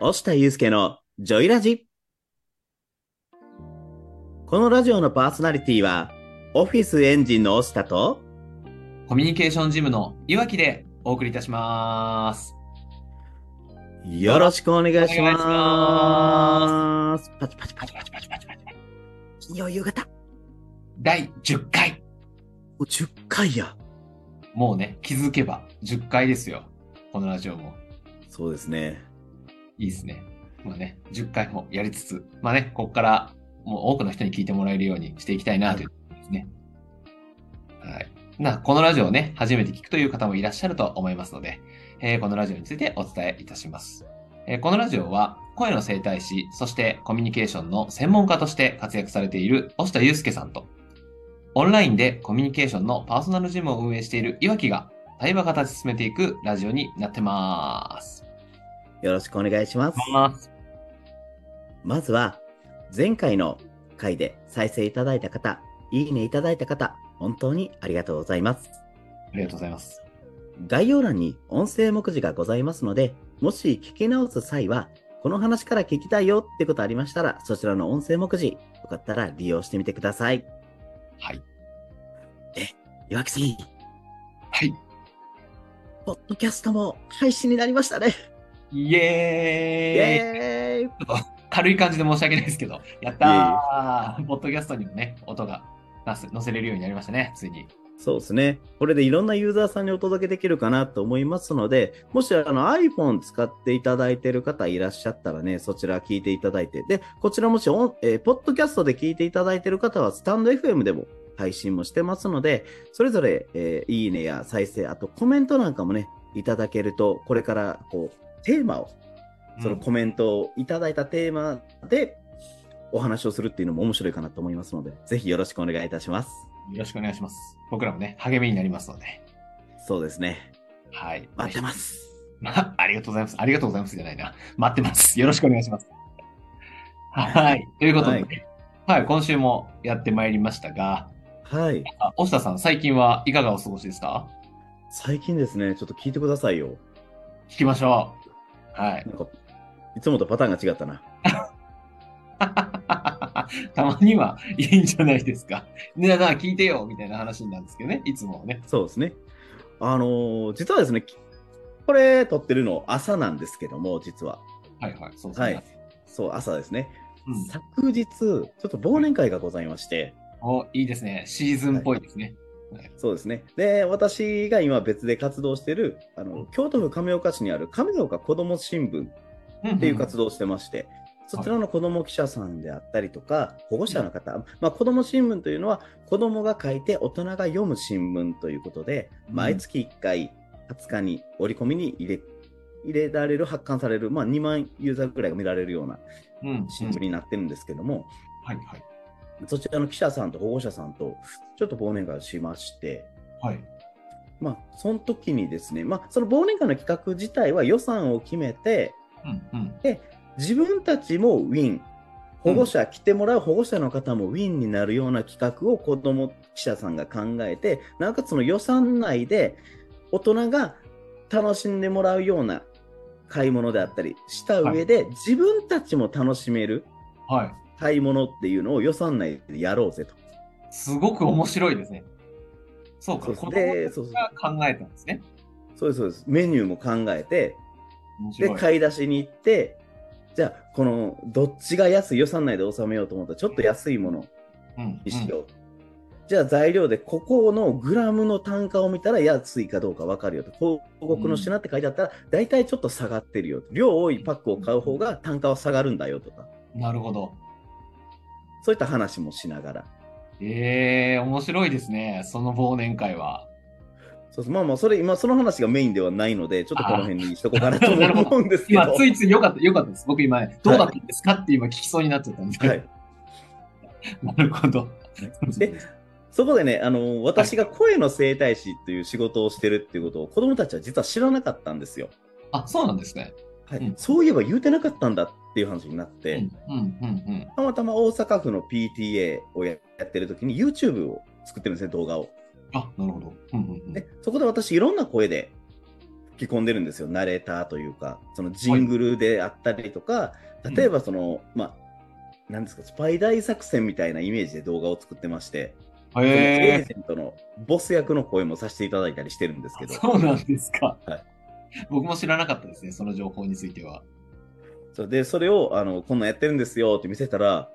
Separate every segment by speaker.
Speaker 1: 押田祐介のジョイラジ。このラジオのパーソナリティは、オフィスエンジンの押田と、
Speaker 2: コミュニケーションジムのいわきでお送りいたします。
Speaker 1: よろしくお願いし
Speaker 2: お願いし
Speaker 1: ま。
Speaker 2: ます
Speaker 1: パチパチパ
Speaker 2: パ
Speaker 1: チ
Speaker 2: チ
Speaker 1: パ
Speaker 2: パチパチパチパチ。
Speaker 1: チ。金曜夕方。
Speaker 2: 第10回。
Speaker 1: お10回や。
Speaker 2: もうね、気づけば10回ですよ。このラジオも。
Speaker 1: そうですね。
Speaker 2: いいですね。まあね、10回もやりつつ、まあね、ここからもう多くの人に聞いてもらえるようにしていきたいなというところですね。はい。な、このラジオをね、初めて聞くという方もいらっしゃると思いますので、えーこのラジオについてお伝えいたします。えーこのラジオは、声の整体師、そしてコミュニケーションの専門家として活躍されている押田祐介さんと、オンラインでコミュニケーションのパーソナルジムを運営している岩木が、対話型で進めていくラジオになってます。
Speaker 1: よろしくお願いします。まずは、前回の回で再生いただいた方、いいねいただいた方、本当にありがとうございます。
Speaker 2: ありがとうございます。
Speaker 1: 概要欄に音声目次がございますので、もし聞き直す際は、この話から聞きたいよってことありましたら、そちらの音声目次、よかったら利用してみてください。
Speaker 2: はい。
Speaker 1: え、岩木さん。
Speaker 2: はい。
Speaker 1: ポッドキャストも配信になりましたね。
Speaker 2: イ
Speaker 1: イ
Speaker 2: エーイ
Speaker 1: エーイ
Speaker 2: 軽い感じで申し訳ないですけど、やったーポッドキャストにもね、音がなす載せれるようになりましたね、ついに。
Speaker 1: そうですね。これでいろんなユーザーさんにお届けできるかなと思いますので、もしあの iPhone 使っていただいている方いらっしゃったらね、そちら聞いていただいて、で、こちらもしオン、えーポッドキャストで聞いていただいている方は、スタンド FM でも配信もしてますので、それぞれ、えーいいねや再生、あとコメントなんかもね、いただけると、これからこう、テーマを、そのコメントをいただいたテーマでお話をするっていうのも面白いかなと思いますので、ぜひよろしくお願いいたします。
Speaker 2: よろしくお願いします。僕らもね、励みになりますので。
Speaker 1: そうですね。
Speaker 2: はい。
Speaker 1: 待ってます。
Speaker 2: まありがとうございます。ありがとうございますじゃないな。待ってます。よろしくお願いします。はい。ということで、ねはい、今週もやってまいりましたが、
Speaker 1: はい。
Speaker 2: あ押田さん、最近はいかがお過ごしですか
Speaker 1: 最近ですね、ちょっと聞いてくださいよ。
Speaker 2: 聞きましょう。はい。
Speaker 1: なんか、いつもとパターンが違ったな。
Speaker 2: たまにはいいんじゃないですか。ねえなあ、聞いてよみたいな話なんですけどね、いつもはね。
Speaker 1: そうですね。あのー実はですね、きこれ撮ってるの朝なんですけども、実は。
Speaker 2: はいはい、そうそう。
Speaker 1: はい。そう、朝ですね。
Speaker 2: うん、
Speaker 1: 昨日、ちょっと忘年会がございまして、
Speaker 2: おいいですね。シーズンっぽいですね。
Speaker 1: そうですね。で、私が今別で活動してる、あの、京都府亀岡市にある亀岡子ども新聞
Speaker 2: ん
Speaker 1: っていう活
Speaker 2: 動。
Speaker 1: 動をしてまして、そちらの子ども記者さんであったりとか、保護者の方、まあ、子ども新聞というのは、子どもが書いて大人が読む新聞ということで、
Speaker 2: うん
Speaker 1: 毎月1回、20日に折り込みに入れ入れられる、発刊される、まあ、2万ユーザーぐらいが見られるような
Speaker 2: うん、うん
Speaker 1: 新聞になってるんですけども、
Speaker 2: はいはい。
Speaker 1: そちらの記者さんと保護者さんと、ちょっと忘年会をしまして、
Speaker 2: はい。
Speaker 1: まあ、その時にですね、まあ、その忘年会の企画自体は予算を決めて、
Speaker 2: うんうん。
Speaker 1: 自分たちもウィン保護者、来てもらう保護者の方もウィンになるような企画を子ども記者さんが考えてなおかつその予算内で大人が楽しんでもらうような買い物であったりした上で、自分たちも楽しめる
Speaker 2: はい。
Speaker 1: 買い物っていうのを予算内でやろうぜと。
Speaker 2: すごく面白いですね。そうか、
Speaker 1: そう
Speaker 2: 子供
Speaker 1: で
Speaker 2: たち
Speaker 1: そうそう
Speaker 2: が考えたんですね。
Speaker 1: そうですそうですメニューも考えて
Speaker 2: 面
Speaker 1: で
Speaker 2: 白い。
Speaker 1: 買い出しに行ってじゃあこのどっちが安い予算内で収めようと思ったらちょっと安いもの
Speaker 2: うん
Speaker 1: にしよう。じゃあ材料でここのグラムの単価を見たら安いかどうか分かるよと広告の品って書いてあったら大体ちょっと下がってるよと量多いパックを買う方が単価は下がるんだよとか
Speaker 2: うんなるほど。
Speaker 1: そういった話もしながら
Speaker 2: ええ面白いですね。その忘年会は。
Speaker 1: そうそうまあまあそれ今その話がメインではないのでちょっとこの辺にしとこうかな
Speaker 2: あー
Speaker 1: とも
Speaker 2: なるほど
Speaker 1: 思うんですけど
Speaker 2: 今、ついついよかった、よかったです。僕今、どうだったんですかって今聞きそうになっちゃったんですけど。
Speaker 1: はい、
Speaker 2: なるほど。
Speaker 1: でそこでねあの私が声の整体師という仕事をしてるっていうことを子どもたちは実は知らなかったんですよ、
Speaker 2: あ、そうなんですね。
Speaker 1: はい
Speaker 2: うん
Speaker 1: そういえば言うてなかったんだっていう話になって。
Speaker 2: うん、うん、うん、
Speaker 1: たまたま大阪府の PTA をやってる時に YouTube を作ってるんですね、動画を。
Speaker 2: うん。あ、なるほど。うん、うん、うん。
Speaker 1: で、そこで私いろんな声で吹き込んでるんですよ、ナレーターというか、そのジングルであったりとか、
Speaker 2: い
Speaker 1: 例えばその、まあ、なんですか、スパイ大作戦みたいなイメージで動画を作ってまして、
Speaker 2: へ
Speaker 1: そのエー
Speaker 2: え
Speaker 1: ジェントのボス役の声もさせていただいたりしてるんですけど、
Speaker 2: そうなんですか、
Speaker 1: はい
Speaker 2: 僕も知らなかったですね、その情報については。
Speaker 1: そうでそれをあのこんなんやってるんですよって見せたら、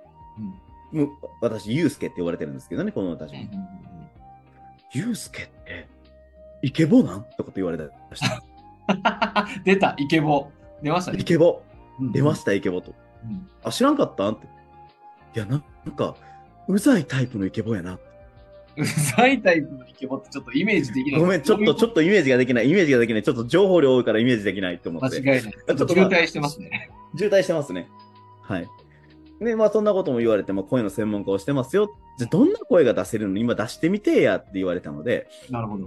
Speaker 2: うん
Speaker 1: もう私、ユうスケって呼ばれてるんですけどね、この私も。ユうスケって、イケボなんとかって言われたりして、
Speaker 2: 出た、イケボ。出ましたね。
Speaker 1: イケボ、
Speaker 2: うん
Speaker 1: 出ました、イケボと。
Speaker 2: うん
Speaker 1: あ、知らんかったんって。いや、ななんか、うざいタイプのイケボやな。
Speaker 2: うざいタイプのイケボってちょっとイメージできない。
Speaker 1: ごめん、ちょっと、ちょっとイメージができない、イメージができない、ちょっと情報量多いからイメージできないって思
Speaker 2: 間
Speaker 1: って、
Speaker 2: 違いない。ちょっと渋滞してますね。
Speaker 1: 渋滞してますね。はい。で、まあ、そんなことも言われて、まあ、声の専門家をしてますよ。じゃあどんな声が出せるの今出してみてやって言われたので、
Speaker 2: なるほど。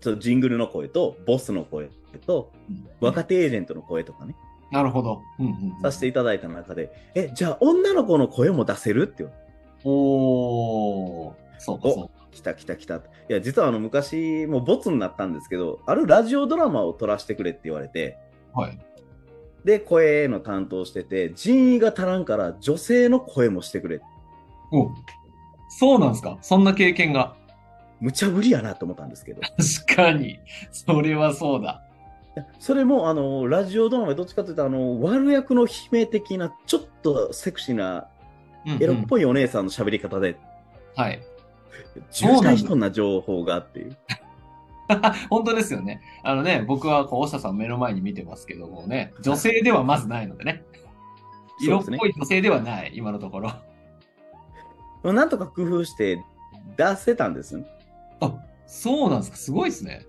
Speaker 1: ちょっとジングルの声と、ボスの声と、若手エージェントの声とかね、
Speaker 2: なるほど。うんうんうん
Speaker 1: させていただいた中で、え、じゃあ女の子の声も出せるって言われて
Speaker 2: おー、そうか、
Speaker 1: お
Speaker 2: そうか。
Speaker 1: 来た来た来た。いや、実はあの昔、もうボツになったんですけど、あるラジオドラマを撮らせてくれって言われて、
Speaker 2: はい。
Speaker 1: で、声の担当してて、人員が足らんから女性の声もしてくれ。
Speaker 2: おそうなんですか。そんな経験が。
Speaker 1: 無茶ぶりやなと思ったんですけど、
Speaker 2: 確かに。それはそうだ。
Speaker 1: それもあのラジオドラマでどっちかというと、あの悪役の悲鳴的な、ちょっとセクシーな、
Speaker 2: うんうん
Speaker 1: エロっぽいお姉さんの喋り方で、
Speaker 2: はい。
Speaker 1: 重大人な情報がっていう。
Speaker 2: 本当ですよね。あのね、僕はこう、大下さんを目の前に見てますけどもね、女性ではまずないのでね。
Speaker 1: そう
Speaker 2: 色
Speaker 1: で
Speaker 2: っ
Speaker 1: すね
Speaker 2: ぽい女性ではない、今のところ。
Speaker 1: まあなんとか工夫して出せたんですよね。
Speaker 2: あそうなんですか。すごいですね。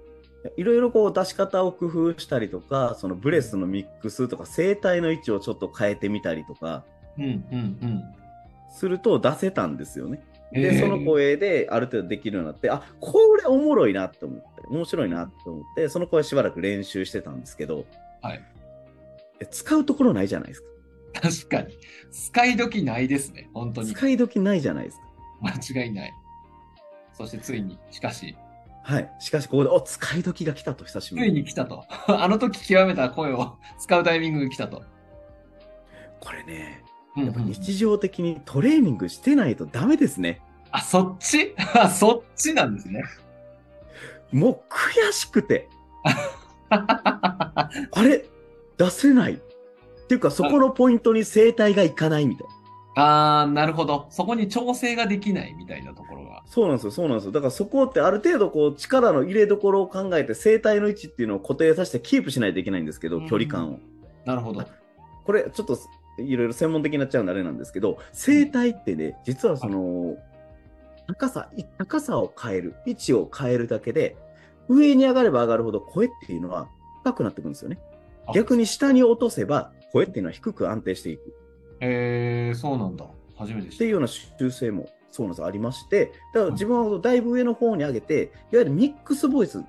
Speaker 1: いろいろこう出し方を工夫したりとか、そのブレスのミックスとか、声帯の位置をちょっと変えてみたりとか、
Speaker 2: うんうん
Speaker 1: すると出せたんですよね。
Speaker 2: うん。
Speaker 1: で、
Speaker 2: えー
Speaker 1: その声である程度できるようになって、あこれおもろいなって思って、面白いなって思って、その声しばらく練習してたんですけど、
Speaker 2: はい
Speaker 1: え使うところないじゃないですか。
Speaker 2: 確かに。使い時ないですね。本当に。
Speaker 1: 使い時ないじゃないですか。
Speaker 2: 間違いない。そしてついに、しかし、
Speaker 1: はい。しかし、ここで、お使い時が来たと、久しぶ
Speaker 2: つ
Speaker 1: り
Speaker 2: い
Speaker 1: に。
Speaker 2: に来たと。 あの時極めた声を使うタイミングが来たと。
Speaker 1: これね、
Speaker 2: うん
Speaker 1: やっ
Speaker 2: う
Speaker 1: ぱ
Speaker 2: んうん
Speaker 1: 日常的にトレーニングしてないとダメですね。
Speaker 2: あ、そっち あ、そっちなんですね。
Speaker 1: もう悔しくて。あれ出せないっていうかそこのポイントに声帯がいかないみたいな
Speaker 2: あー、なるほど。そこに調整ができないみたいなところが。
Speaker 1: そうなんですよそうなんですよだからそこってある程度こう力の入れどころを考えて声帯の位置っていうのを固定させてキープしないといけないんですけど
Speaker 2: うん
Speaker 1: 距離感を、
Speaker 2: なるほど。
Speaker 1: これちょっといろいろ専門的になっちゃうんであれなんですけど声帯ってね実はその高さい高さを変える位置を変えるだけで上に上がれば上がるほど声っていうのは高くなってくるんですよね
Speaker 2: あ
Speaker 1: 逆に下に落とせば声っていうのは低く安定していく
Speaker 2: えー、そうなんだ。初めて
Speaker 1: っ
Speaker 2: 知ってた
Speaker 1: いう。ような修正もそうなんですありまして、だから自分はだいぶ上の方に上げて、いわゆるミックスボイス、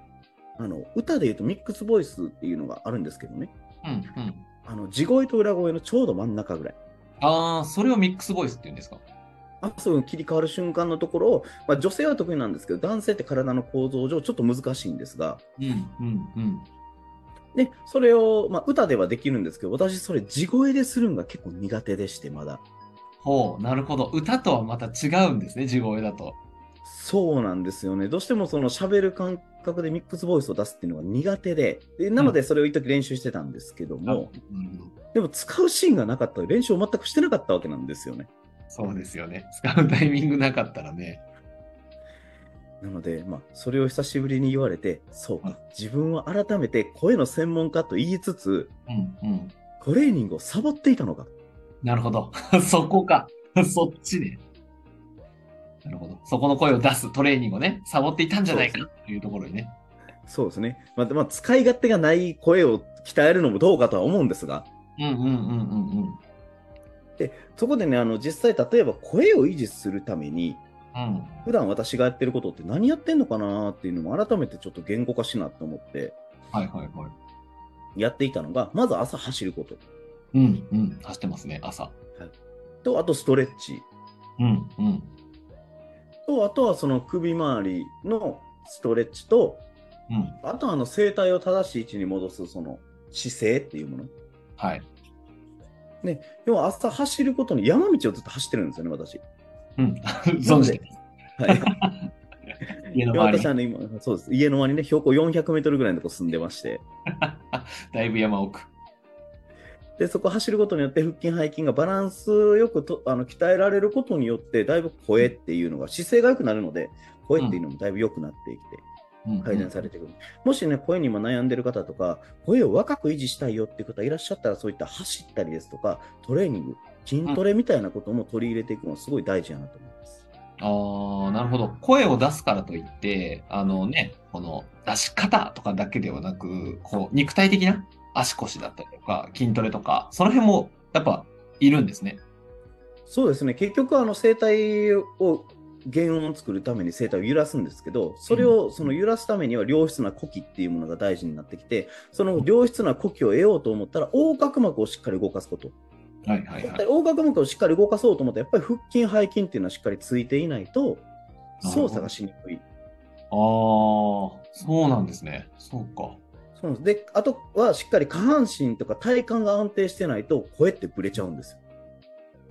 Speaker 1: あの歌でいうとミックスボイスっていうのがあるんですけどね、
Speaker 2: うんうん。
Speaker 1: あの地声と裏声のちょうど真ん中ぐらい、
Speaker 2: あー、それをミックスボイスって言うんですか。
Speaker 1: あそういう切り替わる瞬間のところを、まあ、女性は得意なんですけど、男性って体の構造上、ちょっと難しいんですが、
Speaker 2: うんうんうん。
Speaker 1: でそれを、まあ、歌ではできるんですけど、私、それ、地声でするのが結構苦手でして、まだ。
Speaker 2: ほう、なるほど。歌とはまた違うんですね、地声だと。
Speaker 1: そうなんですよね。どうしてもその喋る感覚でミックスボイスを出すっていうのが苦手で、でなのでそれを一時練習してたんですけど
Speaker 2: なる
Speaker 1: も、
Speaker 2: ほど。
Speaker 1: でも使うシーンがなかったら練習を全くしてなかったわけなんですよね。
Speaker 2: そうですよね。使うタイミングなかったらね。
Speaker 1: なので、まあ、それを久しぶりに言われて、そう
Speaker 2: うん
Speaker 1: か、自分は改めて声の専門家と言いつつ、
Speaker 2: うんうん。
Speaker 1: トレーニングをサボっていたのか。
Speaker 2: なるほど。 そこか。そっちね。なるほど。そこの声を出すトレーニングをね、サボっていたんじゃないかというところにね。
Speaker 1: そうですね。まあ、まあ、使い勝手がない声を鍛えるのもどうかとは思うんですが、
Speaker 2: うんうんうんうんうん。
Speaker 1: そこでね、あの、実際、例えば声を維持するために、
Speaker 2: うん。
Speaker 1: 普段私がやってることって何やってんのかなっていうのも改めてちょっと言語化しなと思って
Speaker 2: はいはいはい。
Speaker 1: やっていたのがまず朝走ること
Speaker 2: うんうん。走ってますね、朝。
Speaker 1: とあとストレッチ
Speaker 2: うんうん。
Speaker 1: とあとはその首周りのストレッチと
Speaker 2: うん。
Speaker 1: あとあの声帯を正しい位置に戻すその姿勢っていうもの。
Speaker 2: はい。
Speaker 1: 要は朝走ることに山道をずっと走ってるんですよね、私。
Speaker 2: うん。存じてます。
Speaker 1: はい、
Speaker 2: 家の
Speaker 1: いや
Speaker 2: 周り
Speaker 1: 私あの今そうです家の周りにね、標高400メートルぐらいのとこ住んでまして、
Speaker 2: だいぶ山奥。
Speaker 1: でそこ走ることによって腹筋、背筋がバランスよくとあの鍛えられることによって、だいぶ声っていうのが、姿勢が良くなるので、声っていうのもだいぶ良くなってきて、
Speaker 2: うん
Speaker 1: 改善されてくる。もしね、声にも悩んでる方とか、声を若く維持したいよっていう方いらっしゃったら、そういった走ったりですとか、トレーニング、筋トレみたいなことも取り入れていくのがすごい大事やなと思います。
Speaker 2: ああ、なるほど。声を出すからといって、あのね、この出し方とかだけではなく、こう、肉体的な足腰だったりとか、筋トレとか、その辺もやっぱいるんですね。
Speaker 1: そうですね、結局、あの声帯を原音を作るために声帯を揺らすんですけど、それをその揺らすためには良質な呼吸っていうものが大事になってきて、その良質な呼吸を得ようと思ったら、横隔膜をしっかり動かすこと。
Speaker 2: はいはい
Speaker 1: やっ
Speaker 2: は
Speaker 1: ぱり
Speaker 2: い。
Speaker 1: 横隔膜をしっかり動かそうと思ったら、やっぱり腹筋、背筋っていうのはしっかりついていないと、操作がしにくい。
Speaker 2: ああ、そうなんですね。そうか。
Speaker 1: そうなんですであとはしっかり下半身とか体幹が安定してないと声ってぶれちゃうんですよ。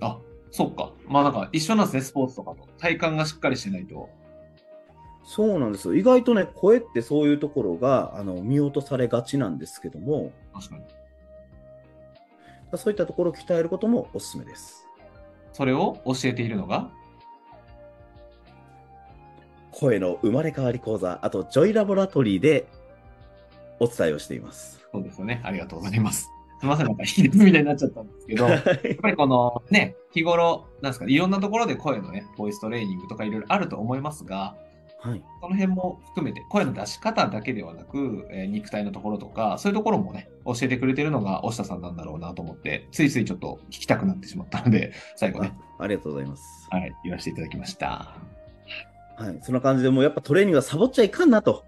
Speaker 2: あ、そうか。まあなんか一緒なんですね、スポーツとかと。体幹がしっかりしてないと。
Speaker 1: そうなんですよ意外とね声ってそういうところがあの見落とされがちなんですけども
Speaker 2: 確かに。
Speaker 1: そういったところを鍛えることもおすすめです。
Speaker 2: それを教えているのが、
Speaker 1: 声の生まれ変わり講座あとジョイラボラトリーでお伝えをしています。
Speaker 2: そうですよね。ありがとうございます。すみません、なんか引き出すみたいになっちゃったんです けど。やっぱりこのね、日頃、なんですか、いろんなところで声のね、ボイストレーニングとかいろいろあると思いますが、
Speaker 1: はい、
Speaker 2: その辺も含めて、声の出し方だけではなく、えー肉体のところとか、そういうところもね、教えてくれてるのが、押田さんなんだろうなと思って、ついついちょっと聞きたくなってしまったので、最後ね
Speaker 1: あ、ありがとうございます。
Speaker 2: はい、言わせていただきました。
Speaker 1: はい、そんな感じでもうやっぱトレーニングはサボっちゃいかんなと。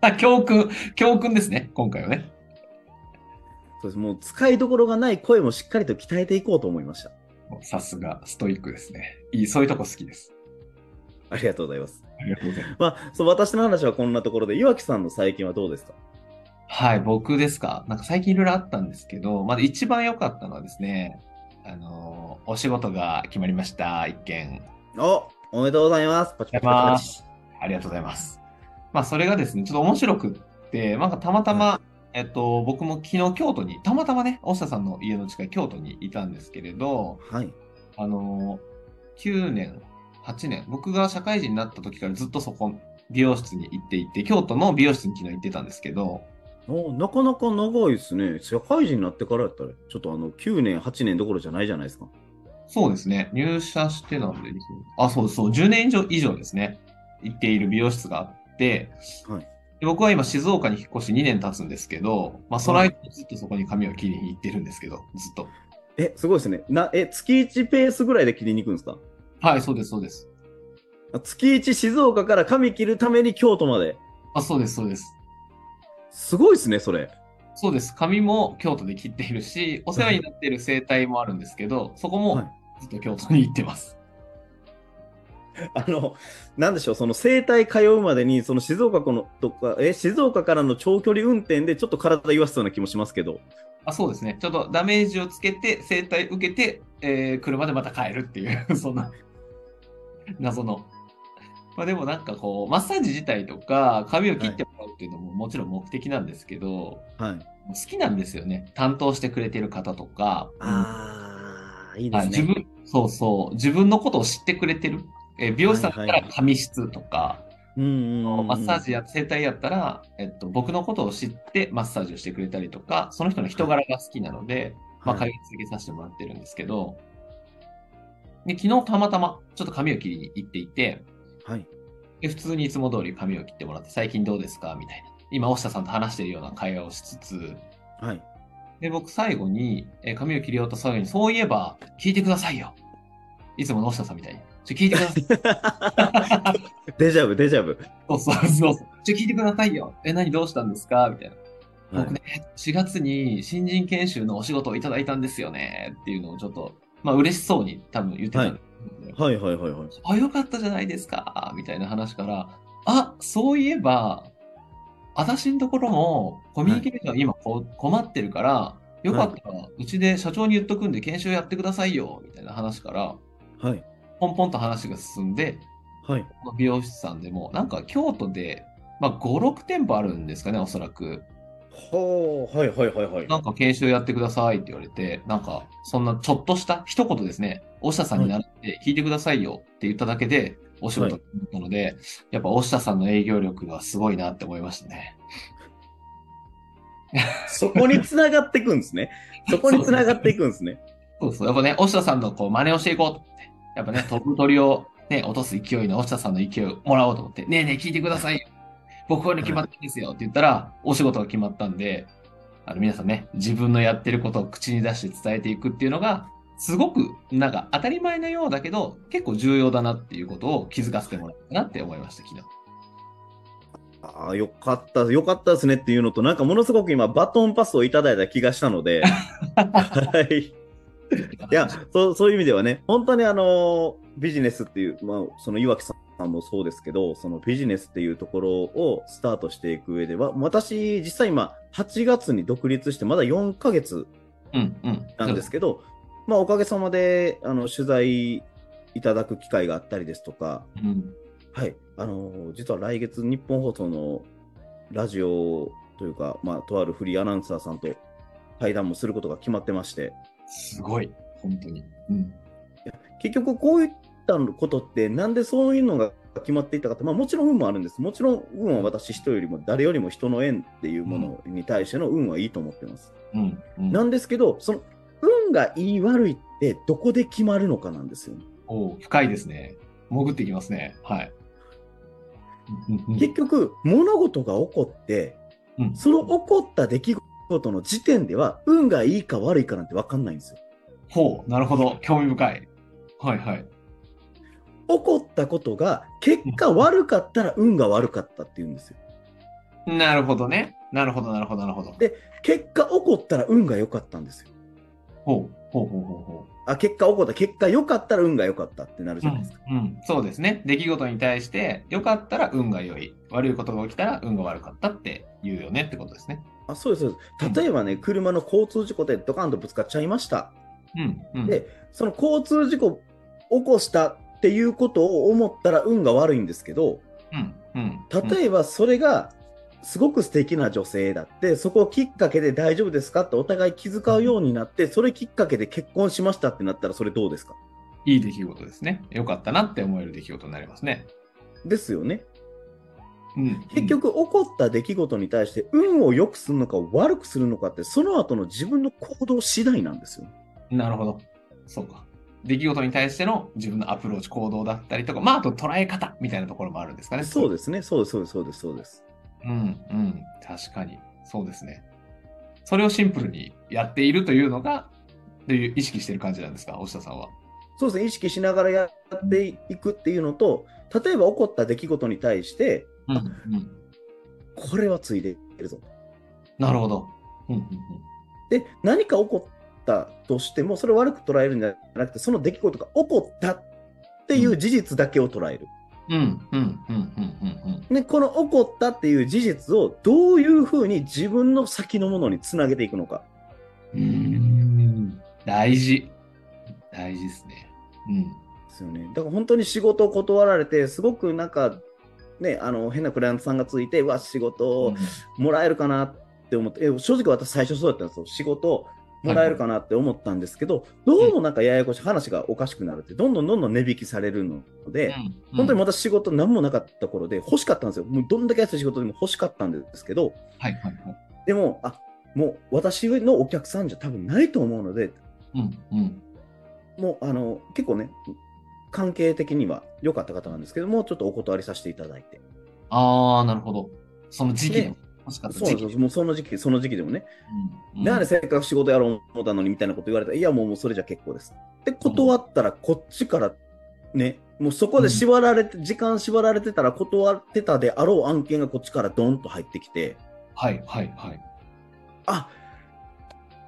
Speaker 2: あ、教訓、教訓ですね、今回はね。
Speaker 1: そうですもう使いどころがない声もしっかりと鍛えていこうと思いました。
Speaker 2: もうさすが、ストイックですね。いい、そういうとこ好きです。
Speaker 1: ありがとうございます。
Speaker 2: ありがとうございます。
Speaker 1: まあ、そう私の話はこんなところで、岩城さんの最近はどうですか
Speaker 2: はい、僕ですか。なんか最近いろいろあったんですけど、まあ、一番良かったのはですね、あのーお仕事が決まりました。一件。
Speaker 1: おおめでとうございます。パチパチパチパチ。
Speaker 2: ありがとうございます。まあ、それがですね、ちょっと面白くって、なんかたまたま、えっと、僕も昨日京都に、たまたまね、大下さんの家の近い京都にいたんですけれど、
Speaker 1: はい。
Speaker 2: あのー9年、8年、僕が社会人になった時からずっとそこ、美容室に行っていて、京都の美容室に昨日行ってたんですけど、
Speaker 1: おなかなか長いですね。社会人になってからやったら、ちょっとあの、9年、8年どころじゃないじゃないですか。
Speaker 2: そうですね。入社してなんで、あ、そうそう、10年以上以上ですね。行っている美容室があって、
Speaker 1: はい
Speaker 2: で僕は今静岡に引っ越して2年経つんですけど、まあ、その間ずっとそこに髪を切りに行ってるんですけど、ずっと。
Speaker 1: え、すごいですね。な、え、月1ペースぐらいで切りに行くんですか
Speaker 2: はい、そうです、そうです。
Speaker 1: あ月1静岡から髪切るために京都まで。
Speaker 2: あ、そうです、そうです。
Speaker 1: すごいですね、それ。
Speaker 2: そうです。髪も京都で切っているし、お世話になっている生態もあるんですけど、そこ
Speaker 1: はい
Speaker 2: もずっと京都に行ってます。
Speaker 1: あの、なんでしょう、その整体通うまでに、その静岡このとか、え、静岡からの長距離運転でちょっと体言わせそうな気もしますけど。
Speaker 2: あそうですね。ちょっとダメージをつけて、生体受けて、えー車でまた帰るっていう、 そんな、謎の。まあでもなんかこう、マッサージ自体とか、髪を切ってもらうっていうのももちろん目的なんですけど、
Speaker 1: はい。
Speaker 2: 好きなんですよね。担当してくれてる方とか、
Speaker 1: ああ、いい
Speaker 2: うん
Speaker 1: です
Speaker 2: あ
Speaker 1: ね。
Speaker 2: 自分、そうそう、自分のことを知ってくれてる。えー美容師さんだった
Speaker 1: はい
Speaker 2: ら
Speaker 1: はい
Speaker 2: 髪質とか、
Speaker 1: うんうんうんうん
Speaker 2: マッサージや整体やったら、えっと、僕のことを知ってマッサージをしてくれたりとか、その人の人柄が好きなので、まあ、
Speaker 1: はい
Speaker 2: 通い続けさせてもらってるんですけど、で昨日たまたまちょっと髪を切りに行っていて、
Speaker 1: はい。
Speaker 2: で普通にいつも通り髪を切ってもらって、最近どうですかみたいな。今、押下さんと話してるような会話をしつつ、
Speaker 1: はい。
Speaker 2: で、僕最後に、えー髪を切り終わった最後に、そういえば、聞いてくださいよ。いつもの押下さんみたいに。ちょ、聞いてくだ さい。
Speaker 1: デジャブ、デジャブ。
Speaker 2: そうそうそうそう。ちょ、聞いてくださいよ。え、何どうしたんですかみたいな。
Speaker 1: はい
Speaker 2: 僕ね、4月に新人研修のお仕事をいただいたんですよねっていうのをちょっと、まあ嬉しそうに多分言ってたんですけど、
Speaker 1: はいはいはいはい。
Speaker 2: あ、よかったじゃないですかみたいな話から、あ、そういえば、私のところも、コミュニケーション今こ、困ってるから、よかったら、うちで社長に言っとくんで、研修やってくださいよ、みたいな話から、
Speaker 1: はい。
Speaker 2: ポンポンと話が進んで、
Speaker 1: はい。
Speaker 2: この美容室さんでも、なんか京都で、まあ、5、6店舗あるんですかね、おそらく。
Speaker 1: はあ、はいはいはいはい。
Speaker 2: なんか研修やってくださいって言われて、なんか、そんなちょっとした、一言ですね、お医者さんになって、聞いてくださいよって言っただけで、お仕事だったので、やっぱお医者さんの営業力はすごいなって思いましたね。
Speaker 1: そこに繋がっていくんですね。そこに繋がっていくんですね。
Speaker 2: そうそう、やっぱね、お医者さんのこう真似をしていこうと思って、や っぱね、飛ぶ鳥を、ね、落とす勢いのお医者さんの勢いをもらおうと思って、ねえねえ、聞いてくださいよ。僕はね、決まったんですよって言ったら、お仕事が決まったんで、あの皆さんね、自分のやってることを口に出して伝えていくっていうのが、すごくなんか当たり前のようだけど、結構重要だなっていうことを気づかせてもらったなって思いました、昨日。
Speaker 1: ああ、よかった、よかったですねっていうのと、なんかものすごく今、バトンパスをいただいた気がしたので、はい。いやそう、そういう意味ではね、本当にあのビジネスっていう、まあ、その岩木さんもそうですけど、そのビジネスっていうところをスタートしていく上では、私、実際今、8月に独立して、まだ4ヶ月
Speaker 2: うんうん。
Speaker 1: なんですけど、まあ、おかげさまであの取材いただく機会があったりですとか、
Speaker 2: うん。
Speaker 1: はい、あの実は来月、日本放送のラジオというか、まあ、とあるフリーアナウンサーさんと対談もすることが決まってまして。
Speaker 2: すごい、本当に。うん。
Speaker 1: 結局こういったことってなんでそういうのが決まっていったかって、まあ、もちろん運もあるんですもちろん運は私人よりも誰よりも人の縁っていうものに対しての運はいいと思ってます、
Speaker 2: うん、うん。
Speaker 1: なんですけどその運がいい悪いってどこで決まるのかなんですよね、
Speaker 2: おう深いですね。潜っていきますね。はい。
Speaker 1: 結局物事が起こって
Speaker 2: うん
Speaker 1: その起こった出来事の時点では運がいいか悪いかなんて分かんないんですよ
Speaker 2: ほう、なるほど。興味深い。はいはい。
Speaker 1: 起こったことが結果悪かったら運が悪かったっていうんですよ
Speaker 2: なるほどね。なるほど、なるほど、なるほど。
Speaker 1: で結果起こったら運が良かったんですよ
Speaker 2: ほう、ほうほうほうほ
Speaker 1: あ結果起こった結果良かったら運が良かったってなる
Speaker 2: う。
Speaker 1: じ
Speaker 2: う
Speaker 1: ゃないで
Speaker 2: ん
Speaker 1: すか、、
Speaker 2: うんそうですね。出来事に対して、良かったら運が良い。悪いことが起きたら運が悪かったって言うよねってことですね。
Speaker 1: あそうですそうです例えばね、車の交通事故でドカンとぶつかっちゃいました
Speaker 2: うん、うん。
Speaker 1: でその交通事故起こしたっていうことを思ったら運が悪いんですけど
Speaker 2: うん、うん。
Speaker 1: 例えばそれがすごく素敵な女性だってそこをきっかけで大丈夫ですかってお互い気遣うようになってそれきっかけで結婚しましたってなったらそれどうですか
Speaker 2: いい出来事ですね。良かったなって思える出来事になりますね。
Speaker 1: ですよね
Speaker 2: うん。
Speaker 1: 結局起こった出来事に対して運を良くするのか悪くするのかってその後の自分の行動次第なんですよ
Speaker 2: なるほど。そうか。出来事に対しての自分のアプローチ、行動だったりとか、まあ、あと捉え方みたいなところもあるんですかね。
Speaker 1: そう
Speaker 2: で
Speaker 1: ですね、そうです、そうです、そうです、そうです。
Speaker 2: す。うん、うん。確かに。そうですね。それをシンプルにやっているというのが、という意識してる感じなんですか、大下さんは。
Speaker 1: そうですね、意識しながらやっていくっていうのと、例えば起こった出来事に対して、
Speaker 2: うん、うん。
Speaker 1: これはついでいるぞ。
Speaker 2: なるほど。うん、うん、
Speaker 1: で、何か起こったとしても、それを悪く捉えるんじゃなくて、その出来事が起こったっていう事実だけを捉える。
Speaker 2: うん。うん、うん、うん、うん、うん。
Speaker 1: で、この起こったっていう事実をどういうふうに自分の先のものにつなげていくのか。
Speaker 2: うん。大事。大事ですね。うん。
Speaker 1: ですよね。だから本当に仕事を断られて、すごくなんか、ね、あの変なクライアントさんがついて、うわ、仕事をもらえるかなって思って、え正直私最初そうだったんですよ。仕事もらえるかなって思ったんですけど、どうもなんかややこしい話がおかしくなるって、どんどんどんどん値引きされるので、本当に
Speaker 2: も、
Speaker 1: 私仕事何もなかった頃で欲しかったんですよ。もうどんだけ安い仕事でも欲しかったんですけど、
Speaker 2: はい、はい、はい。
Speaker 1: でも、あ、もう私のお客さんじゃ多分ないと思うので、
Speaker 2: うん、うん。
Speaker 1: もうあの、結構ね、関係的には良かった方なんですけども、ちょっとお断りさせていただいて。
Speaker 2: ああ、なるほど。その時期の
Speaker 1: ね、
Speaker 2: 欲しかった
Speaker 1: そうな
Speaker 2: 時
Speaker 1: ん
Speaker 2: 期
Speaker 1: ですよ。もうその時期、その時期でもね、
Speaker 2: うん
Speaker 1: なんでせっかく仕事やろう思ったのにみたいなこと言われたら、いやもうもうそれじゃ結構です。で、断ったらこっちからね、もうそこで縛られて、時間縛られてたら断ってたであろう案件がこっちからドンと入ってきて、
Speaker 2: はいはいはい。
Speaker 1: あ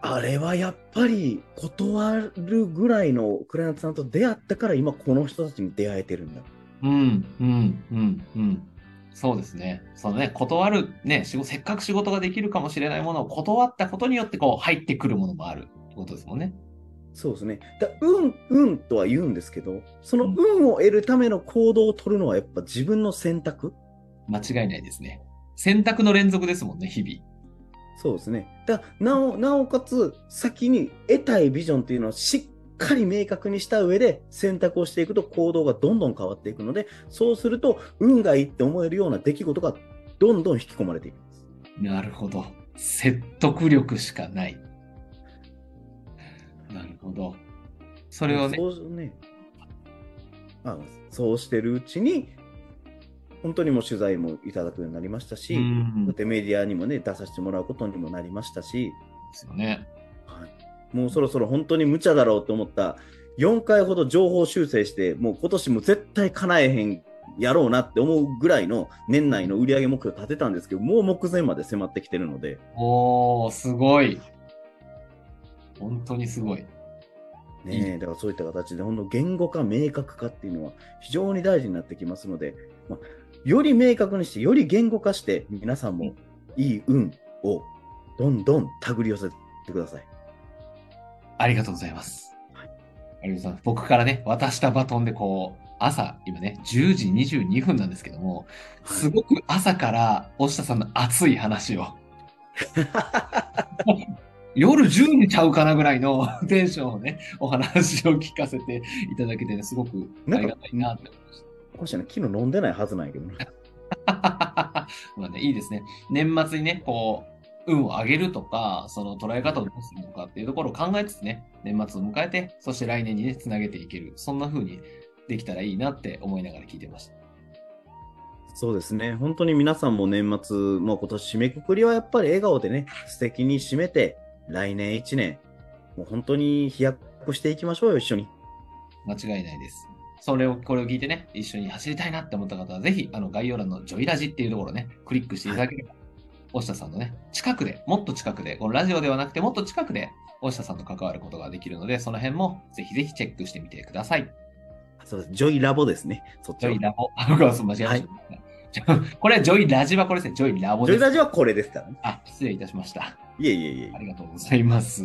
Speaker 1: あれはやっぱり断るぐらいのクライアントさんと出会ったから今この人たちに出会えてるんだ。
Speaker 2: うんうんうんうん。そうですね。そのね、断る、ね、仕事、せっかく仕事ができるかもしれないものを断ったことによって、こう、入ってくるものもあるってことですもんね。
Speaker 1: そうですね。だ運、運とは言うんですけど、その運を得るための行動を取るのはやっぱ自分の選択
Speaker 2: 間違いないですね。選択の連続ですもんね、日々。
Speaker 1: そうですね。だなお、なおかつ、先に得たいビジョンっていうのをしっかり明確にした上で選択をしていくと行動がどんどん変わっていくので、そうすると運がいいって思えるような出来事がどんどん引き込まれていきます。
Speaker 2: なるほど。説得力しかない。なるほど。それをね、
Speaker 1: そうねあそうしてるうちに、本当にもう取材もいただくようになりましたし、
Speaker 2: うん
Speaker 1: だってメディアにもね、出させてもらうことにもなりましたし、
Speaker 2: ですよね。
Speaker 1: はい、もうそろそろ本当に無茶だろうと思った4回ほど情報修正してもう今年も絶対叶えへんやろうなって思うぐらいの年内の売上目標立てたんですけどもう目前まで迫ってきてるので
Speaker 2: おー、すごい。本当にすごい。
Speaker 1: ねえだからそういった形でほんの言語化明確化っていうのは非常に大事になってきますので、まあより明確にしてより言語化して皆さんもいい運をどんどん手繰り寄せてください。
Speaker 2: ありがとうございます。
Speaker 1: は
Speaker 2: 有吉さん、僕からね、渡したバトンでこう、朝、今ね、10時22分なんですけども、すごく朝から、押下さんの熱い話を、夜10時ちゃうかなぐらいの テンションをね、お話を聞かせていただけて、ね、すごくありがたいなって思いました。
Speaker 1: これじゃない昨日飲んでないはずなんやけどな。
Speaker 2: まあね、いいですね。年末にね、こう、運を上げるとか、その捉え方をどうするのかっていうところを考えつつね、年末を迎えて、そして来年にね、つなげていける。そんな風にできたらいいなって思いながら聞いてました。
Speaker 1: そうですね、本当に皆さんも年末、もう今年締めくくりはやっぱり笑顔でね、素敵に締めて、来年1年、もう本当に飛躍していきましょうよ、一緒に。
Speaker 2: 間違いないです。それを、これを聞いてね、一緒に走りたいなって思った方は、ぜひ、あの、概要欄のジョイラジっていうところをね、クリックしていただければ、押下さんのね、近くで、もっと近くで、このラジオではなくて、もっと近くで、押下さんと関わることができるので、その辺も、ぜひぜひチェックしてみてください。
Speaker 1: そうです、ジョイラボですね、そっち
Speaker 2: ジ
Speaker 1: は
Speaker 2: ョイラボ。あ、僕はそう間違えました。これ、ジョイラジはこれですね、ジョイラボ
Speaker 1: ジ
Speaker 2: で
Speaker 1: ョイ
Speaker 2: す。
Speaker 1: ラジはこれですからね。
Speaker 2: あ、失礼いたしました。
Speaker 1: いえいえいえ
Speaker 2: あ。りがとうございます。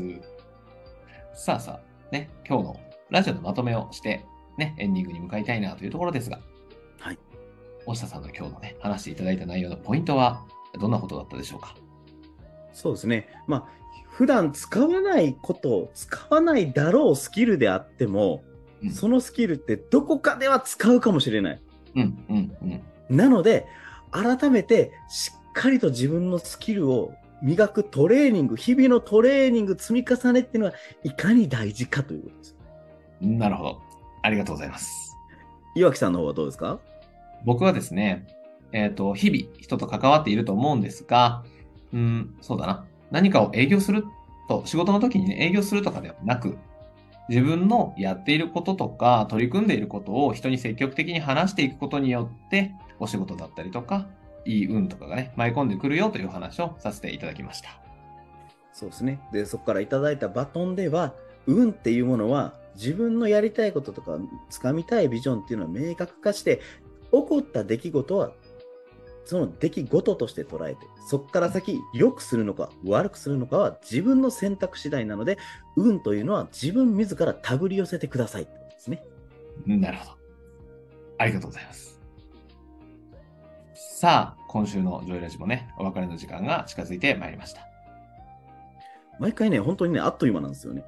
Speaker 2: さあさあ、ね、今日のラジオのまとめをして、ね、エンディングに向かいたいなというところですが、
Speaker 1: はい。
Speaker 2: 大下さんの今日のね、話していただいた内容のポイントは、どんなことだったでしょうか
Speaker 1: そうですね、まあ普段使わないこと、使わないだろうスキルであっても、
Speaker 2: うん
Speaker 1: そのスキルってどこかでは使うかもしれない。
Speaker 2: うん、うん、うん。
Speaker 1: なので、改めてしっかりと自分のスキルを磨くトレーニング、日々のトレーニング積み重ねっていうのはいかに大事かということです。
Speaker 2: なるほど。ありがとうございます。
Speaker 1: 岩木さんの方はどうですか
Speaker 2: 僕はですね、えっ、と、日々人と関わっていると思うんですが、うん、そうだな。何かを営業すると、仕事の時にね、営業するとかではなく、自分のやっていることとか、取り組んでいることを人に積極的に話していくことによって、お仕事だったりとか、いい運とかがね、舞い込んでくるよというお話をさせていただきました。
Speaker 1: そうですね。で、そこからいただいたバトンでは、運っていうものは自分のやりたいこととか、掴みたいビジョンっていうのは明確化して、起こった出来事は、その出来事として捉えて、そこから先、良くするのか悪くするのかは自分の選択次第なので、運というのは自分自ら手繰り寄せてくださいってことですね。
Speaker 2: なるほど。ありがとうございます。さあ、今週のジョイラジもね、お別れの時間が近づいてまいりました。い
Speaker 1: 毎回ね、本当にね、あっという間なんですよね。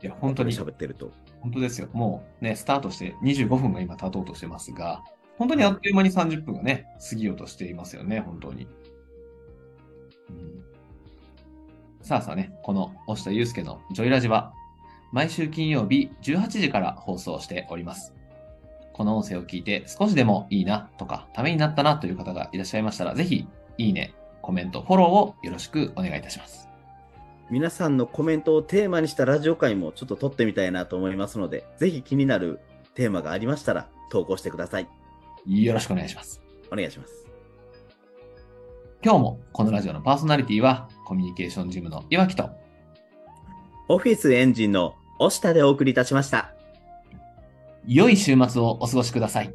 Speaker 2: や、本当に
Speaker 1: 喋ってると。
Speaker 2: 本当ですよ。もうね、スタートして25分が今経とうとしてますが、本当にあっという間に30分がね、過ぎようとしていますよね、本当に。うんさあさあね、この押下祐介のジョイラジは、毎週金曜日18時から放送しております。この音声を聞いて少しでもいいなとか、ためになったなという方がいらっしゃいましたら、ぜひ、いいね、コメント、フォローをよろしくお願いいたします。
Speaker 1: 皆さんのコメントをテーマにしたラジオ会もちょっと撮ってみたいなと思いますので、ぜひ気になるテーマがありましたら投稿してください。
Speaker 2: よろしくお願いします。
Speaker 1: お願いします。
Speaker 2: 今日もこのラジオのパーソナリティはコミュニケーションジムの岩木と
Speaker 1: オフィスエンジンの押下でお送りいたしました。
Speaker 2: 良い週末をお過ごしください。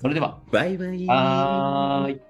Speaker 1: それでは、
Speaker 2: バイバイ。
Speaker 1: はーい。